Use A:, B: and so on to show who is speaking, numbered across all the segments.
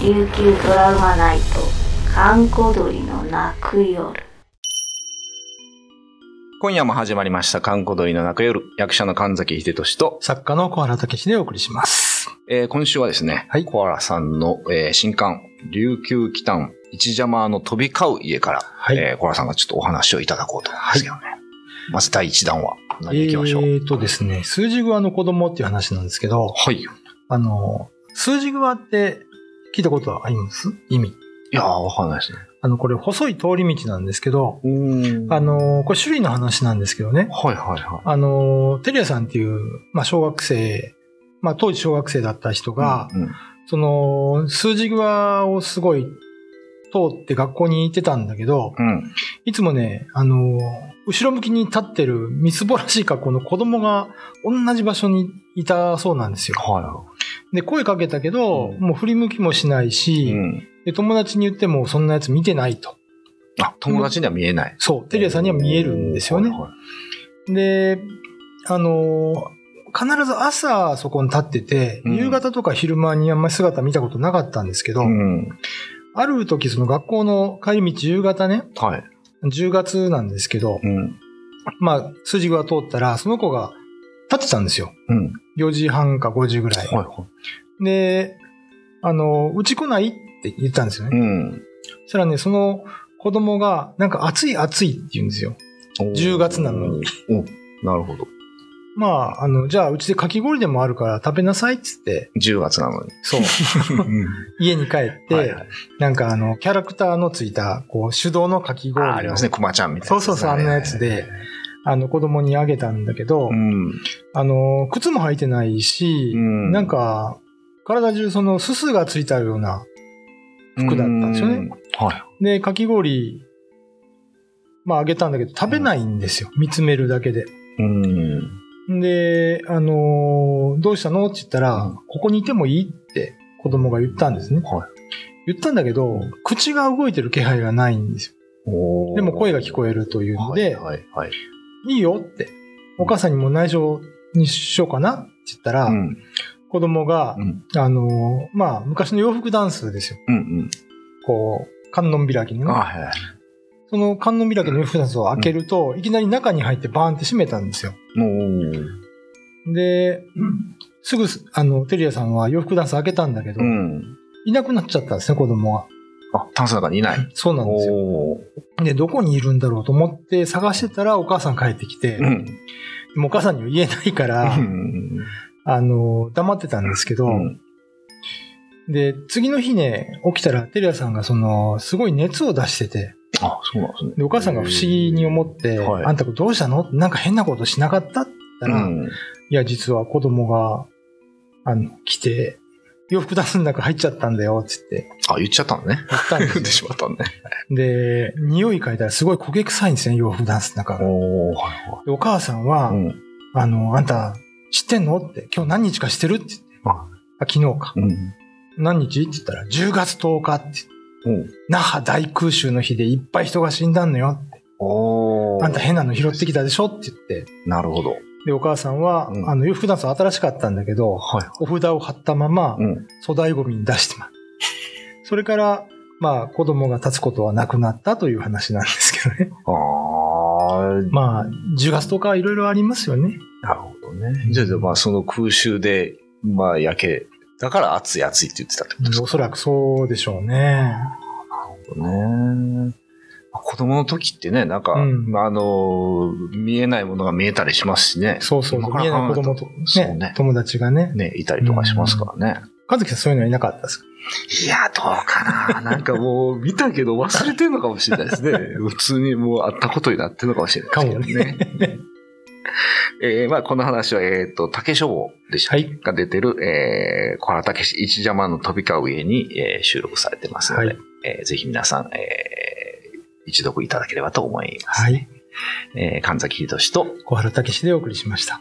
A: 琉球ドラマナイト閑古鳥の泣く夜
B: 今夜も始まりました、観光鳥の中夜、役者の神崎秀俊と、
C: 作家の小原武史でお送りします。
B: えー今週はですね、
C: はい
B: 小原さんの、えー新刊、琉球祈祷、一邪魔の飛び交う家から、
C: はい。
B: えー小原さんがちょっとお話をいただこうと思うんですけどね。まず第1弾は、何いきましょう。
C: えーとですね、数字グの子供っていう話なんですけど、
B: はい。い
C: あの、数字グって聞いたことはあります意味。
B: やー、わかんないですね。
C: あの、これ細い通り道なんですけど、
B: うん
C: あ、の、これ種類の話なんですけどね、
B: はいはいは
C: あの、テリアさんっていう、まあ、小学生、まあ、当時小学生だった人
B: い。
C: が、
B: うんうん
C: その、数字グをすごい通って学校に行ってたんだけど、
B: うん。
C: いつもね、あの、後ろ向きに立ってるみすぼらしい格好の子供が同じ場所にいたそうなんですよ。
B: は
C: で、声かけたけど、
B: うん
C: もう振り向きもしないし、
B: うん。
C: で友達に言ってもそんなやつ見てないと。
B: あ、友達には見えない。
C: そう、テレアさんには見えるんですよね。
B: はいはい
C: で、あの、必ず朝そこに立ってて、
B: うん
C: 夕方とか昼間にあんまり姿見たことなかったんですけど、
B: うん。
C: ある時その学校の帰り道夕方ね、
B: はい。
C: 10月なんですけど
B: う、ん。
C: まあ、筋が通ったら、その子が立ってたんですよ。
B: うん。
C: 4時半か5時ぐら
B: はい
C: い。
B: は
C: で、あの、うち来ないって言ったんですよ
B: い。う
C: ね。
B: ん。
C: そしたらね、その子供が、なんか暑い暑いって言うんですよ。10月なのに。
B: おなるほど。
C: まあ、あの、じゃあうちでかき氷でもあるから食べなさいって言って、
B: 10月なのに。
C: そう、家に帰って、
B: はいはい
C: なんかあの、キャラクターのついた、こう、手動のかき
B: あ
C: 氷の
B: ーありますね、クマちゃんみたいな
C: そう
B: やつね、
C: そうそう、あんなやつで、あの、子供にあげたんだけど、
B: うん。
C: あの、靴も履いてないし、
B: うん
C: なんか、体中そのすすがついたような、服だったんですよね
B: う。はい。
C: で、かき氷、まああげたんだけど、食べないんですよ。見つめるだけで。
B: うん。
C: で、あのーどうしたのって言ったら、
B: うん
C: ここにいてもいいって子供が言ったんですね。
B: はい
C: 言ったんだけど、口が動いてる気配がないんですよ。
B: お
C: でも声が聞
B: え
C: こえるというので、
B: はいはいはい。
C: い、いよって。お母さんにも内緒にしようかなって言ったら、
B: うん。
C: 子供が
B: う、ん。
C: あのーまあ、昔の洋服ダンスですよ。
B: うんうん。
C: こう、観音開きにね
B: あ。はいはい。
C: その観音開きのフラスを開けると、いきなり中に入ってバーンって閉めたんですよ。
B: おー
C: で、すぐす、あの、テリアさんは洋服ダンス開けたんだけど、
B: うん。
C: いなくなっちゃったんですね、子供が。
B: あ、炭素の中にいない。
C: そうなんですよ。
B: おー
C: で、どこにいるんだろうと思って探してたらお母さん帰ってきて、
B: う
C: で
B: ん。
C: もお母さんには言えないか
B: う
C: ら、
B: ん。
C: あの、黙ってたんですけど、
B: うん
C: で、次の日ね、起きたらテリアさんがその、すごい熱を出してて、
B: あ、そうなんですね。
C: で、お母さんが不思議に思って、
B: はい
C: あんたこれどうしたのなんか変なことしなかったって言ったら、
B: うん
C: いや、実は子供が、あの、来て、洋服出すの中入っちゃったんだよ、つって
B: あ、言っちゃったの ね。
C: 言ったんで
B: 言っ
C: す
B: てしまったのね。
C: よ。で、匂い嗅いだらすごい焦げ臭いんですね、洋服ダンスの中が。
B: おーは
C: でお母さんは、
B: いはい。うん。
C: あの、あんた知ってんのって、今日何日かしてるって言って
B: あ
C: あ昨日か。
B: うん。
C: 何日って言ったら、10月10日って。
B: うん
C: 那覇大空襲の日でいっぱい人が死んだんのよって。
B: おー
C: あんた変なの拾ってきたでしょって言って。
B: なるほど。
C: で、お母さんは、
B: うん
C: あの、洋服ダンス新しかったんだけど、
B: はい。
C: お札を貼ったまま、
B: うん。
C: 粗大ゴミに出してます。 それから、まあ、子供が立つことはなくなったという話なんですけどね。
B: ああ、
C: まあ、10月とかいろいろありますよね。
B: なるほどね。じゃあ、じゃあまあ、その空襲で、まあ、焼け、だから暑い暑いって言ってたってことです
C: おそらくそうでしょうね。
B: よね。子供の時ってね、なんか、
C: うん
B: まああの、見えないものが見えたりしますしね。
C: そうそう
B: 今
C: そう。
B: から
C: 見えない子供
B: 考
C: と、
B: そうね
C: ね友達がね。
B: ね、いたりとかしますからね。
C: 和樹さんそういうのはいなかったですか
B: いや、どうかな。なんかもう、見たけど忘れてるのかもしれないです ね。普通にもう会ったことになってるのかもしれないですけどね。えーまあ、この話は、えっ、と、竹書房でしたっけ
C: はい
B: が出てる、えー、小原武史一邪魔の飛び交う家に、えー収録されてますので、
C: はい
B: えーぜひ皆さん、えー一読いただければと思います。
C: はい。
B: えー神崎秀と、
C: 小原武史でお送りしました。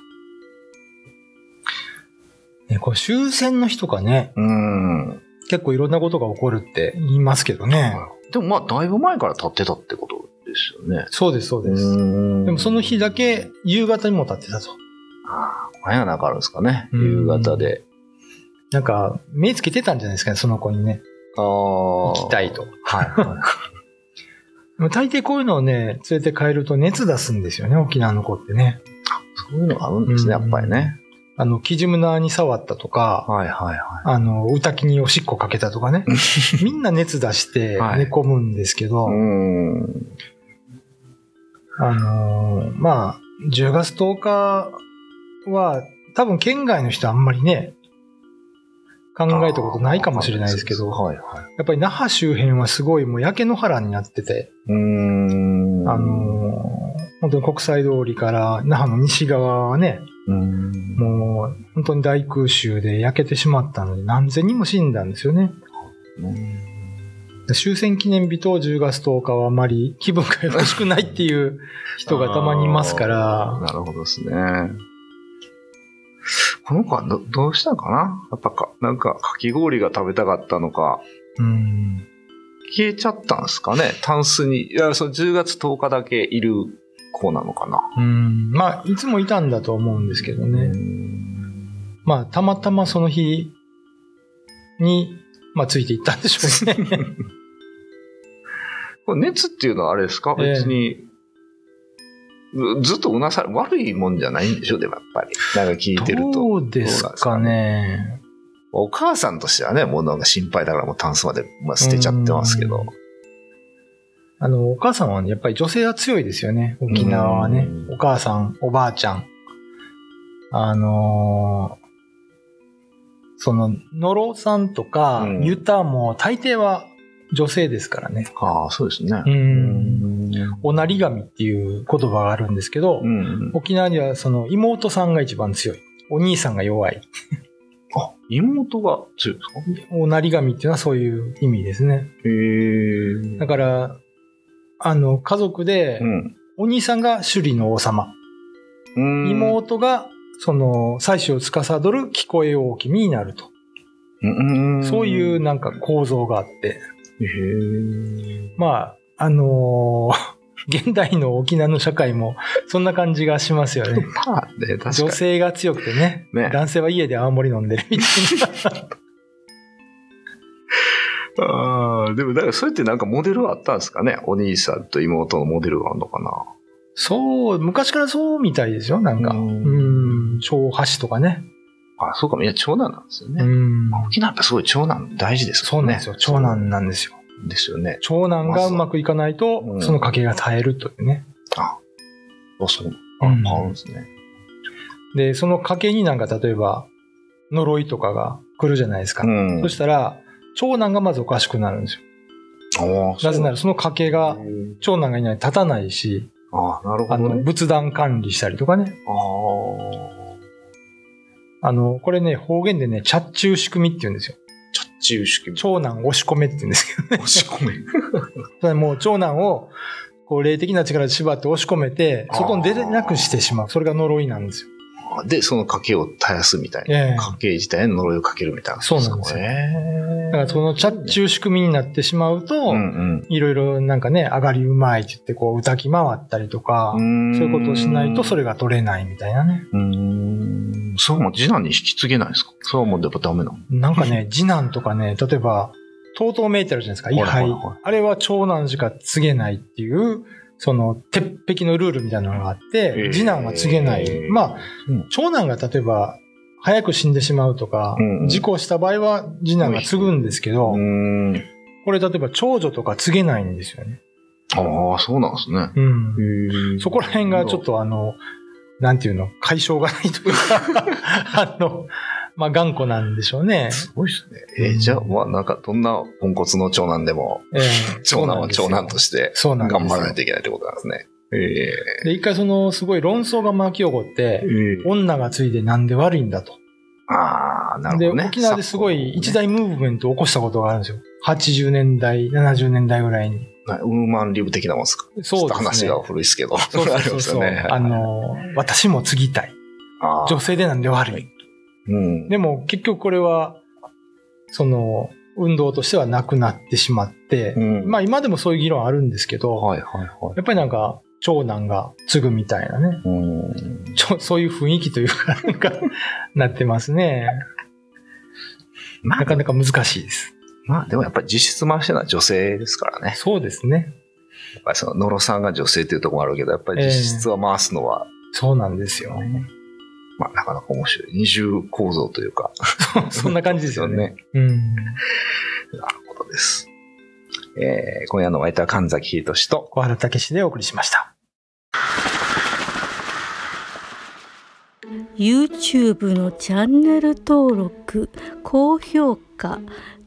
C: ね、こう終戦の日とかね、
B: うーん。
C: 結構いろんなことが起こるって言いますけどね。
B: でもまあ、だいぶ前から立ってたってことですよね。
C: そうです、そうです。でもその日だけ夕方にも立ってたと。
B: 前はなんかあるんですかね。
C: うん
B: 夕方で。
C: なんか、目つけてたんじゃないですかね、その子にね。
B: 行
D: 行きたい。と。
B: はいはい。
C: でも大抵こういうのをね、連れて帰ると熱出すんですよね、沖縄の子ってね。
B: そういうのがあるんですね、やっぱりね。
C: あの、キジムナーに触ったとか、
B: はいはいは
C: あの、ウタキにおしっこかけたとかね。みんな熱出して
B: はい
C: 寝込むんですけど、
B: い。うん。
C: あのーまあ、10月10日は、多分県外の人あんまりね、考えたことないかもしれないですけど、
B: はいはい。
C: やっぱり那覇周辺はすごいもう焼け野原になってて、
B: うん。
C: あのー本当に国際通りから那覇の西側はね、
B: うん。
C: もう本当に大空襲で焼けてしまったので何千人も死んだんですよね。終戦記念日と10月10日はあまり気分がよろしくないっていう人がたまにいますか
B: あー
C: ら、
B: なるほどですね。この子はどどうしたのかなやっぱか、なんか、かき氷が食べたかったのか、
C: うん、
B: 消えちゃったんですかねタンスに。いや、その10月10日だけいる子なのかな
C: うん、まあいつもいたんだと思うんですけどね。まあたまたまその日に、まあついていったんでしょ うね。
B: これ熱っていうのはあれですか
C: ええ
B: 別に、ずずっとうなされ、悪いもんじゃないんでしょでもやっぱり。なんか聞いてると。
C: どうですかね。
B: お母さんとしてはね、もうなんか心配だからもうタンスまで、まあ、捨てちゃってますけど。
C: あの、お母さんはね、やっぱり女性は強いですよね。沖縄はね
B: う。ん
C: お母さん、おばあちゃん。あのーその、野呂さんとか
B: う、ん
C: ユタも大抵は女性ですからね。
B: ああ、そうですね。
C: うん。おなり神っていう言葉があるんですけど、
B: うん。
C: 沖縄にはその妹さんが一番強い。お兄さんが弱い。
B: あ、妹が強いんですか
C: おなり神っていうのはそういう意味ですね。
B: へえ。
C: だから、あの、家族で
B: う、ん。
C: お兄さんが首里の王様。
B: うん。
C: 妹が、その、妻子を司る聞こえ王君になると。
B: うん、
C: そういう
B: う
C: なんか構造があって。
B: ん。へえ。
C: まあ、あのー 現代の沖縄の社会も、そんな感じがしますよね。
B: まあね、確かに。
C: 女性が強くてね。
B: ね
C: 男性は家で泡盛飲んでるみた いな。
B: ああ、でもだからそれってなんかモデルはあったんですかねお兄さんと妹のモデルがあるのかな
C: そう、昔からそうみたいですよ、なんか。
B: う
C: うんん、小橋とかね。
B: あ、そうかも。いや、長男なんですよね。
C: うん。
B: 沖縄ってすごい長男大事です
C: そ
B: も
C: うんな
B: ね。
C: んですよ。長男なんですよ。
B: ですよね。
C: 長男がうまくいかないと
B: う、ん
C: その家計が耐えるというね。
B: あ、そう。
C: う
B: あ、
C: ん
B: あるんですね。
C: で、その家系になんか例えば、呪いとかが来るじゃないですか。
B: ん
C: そしたら、長男がまずおかしくなるんですよ。なぜな
B: ら、
C: らその家系が、長男がいないと立たないし、
B: ああ、なるほ
C: あ
B: ど
C: の、
B: ね。
C: 仏壇管理したりとかね。
B: ああ。
C: あの、これね、方言でね、チャッチュー仕組みって言うんですよ。
B: ちょっちゅう式も。
C: 長男押し込めって言うんですけど、
B: 押し込め。
C: それもう長男を、こう、霊的な力で縛って押し込めて、外に出れなくしてしまう。それが呪いなんですよ。
B: で、その家計を絶やすみたいな。
C: ええ
B: 家計自体に呪いをかけるみたいな。
C: そうなんですよだからそのチャッチュー仕組みになってしまうと、
B: うん
C: いろいろなんかね、上がりうまいって言って、こう、歌き回ったりとか、
B: うん。
C: そういうことをしないとそれ
B: が。
C: が取れないみたいなね。
B: うーん。そうも次男に引き継げないですかそうもうやっぱダメなの
C: なん かね、次男とかね、例えば、とうとうめいてあるじゃないですか、位
B: はい
C: 牌
B: はいはい。
C: あれは長男しか告げないっていう、その、鉄壁のルールみたいなのがあって、
B: えー
C: 次男は告げない。まあ、長男が例えば、早く死んでしまうとか、
B: うんうん
C: 事故した場合は次男が継ぐんですけど、
B: うん。
C: これ例えば長女とか告げないんですよね。
B: ああ、そうなんですね。
C: うん。
B: へえ
C: そこら辺がちょっ。とあの、なんていうの、解消がないというか、 あの、まあ、頑固なんでしょうね。
B: すごいですね。えーじゃあ、まあ、なんか、どんなポンコツの長男でも、
C: ええ
B: 長男は長男と
C: し
B: して、
C: そうなんですよ
B: 頑張らないといけないってことなんですね。え
C: て。で、一回その、すごい論争が巻き起こって
B: え、ええ
C: 女がついてなんで悪いんだと。
B: ああ、なるほどね。
C: で、沖縄ですごい一大ムーブメントを起こしたことがあるんですよ。80年代、70年代ぐらいに。
B: 昨今のね。ウーマンリブ的なもんですか。
C: そう
B: ちょっと
C: ですね。
B: 話が古いですけど。
C: そうそうそうそ う。
B: ありますよね
C: あの、私も継ぎたい。
B: ああ
C: 女性でなんで悪い。
B: うん。
C: でも結局これは、その、運動としてはなくなってしまって、
B: うん
C: まあ今でもそういう議論あるんですけど、
B: はいはいは
C: やっぱりなんか、長男が継ぐみたいなね、
B: い。うん。
C: ちょそういう雰囲気というか、なんか、なってますね。
B: まあ
C: なかなか難しいです。
B: まあでもやっぱり実質回してるのは女性ですからね。
C: そうですね。
B: やっぱりその野呂さんが女性っていうところもあるけど、やっぱり実質は回すのは、
C: そうなんですよ。
B: まあなかなか面白い。二重構造というか。
C: そんな感じですよね。。うん。
B: なるほどです。えー今夜のお相手は神崎秀俊と、
C: 小原武史でお送りしました。
D: YouTube のチャンネル登録高評価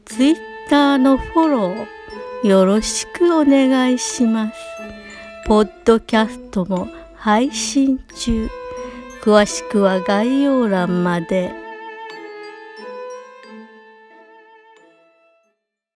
D: Twitter のフォローよろしくお願いしますポッドキャストも配信中詳しくは概要欄まで。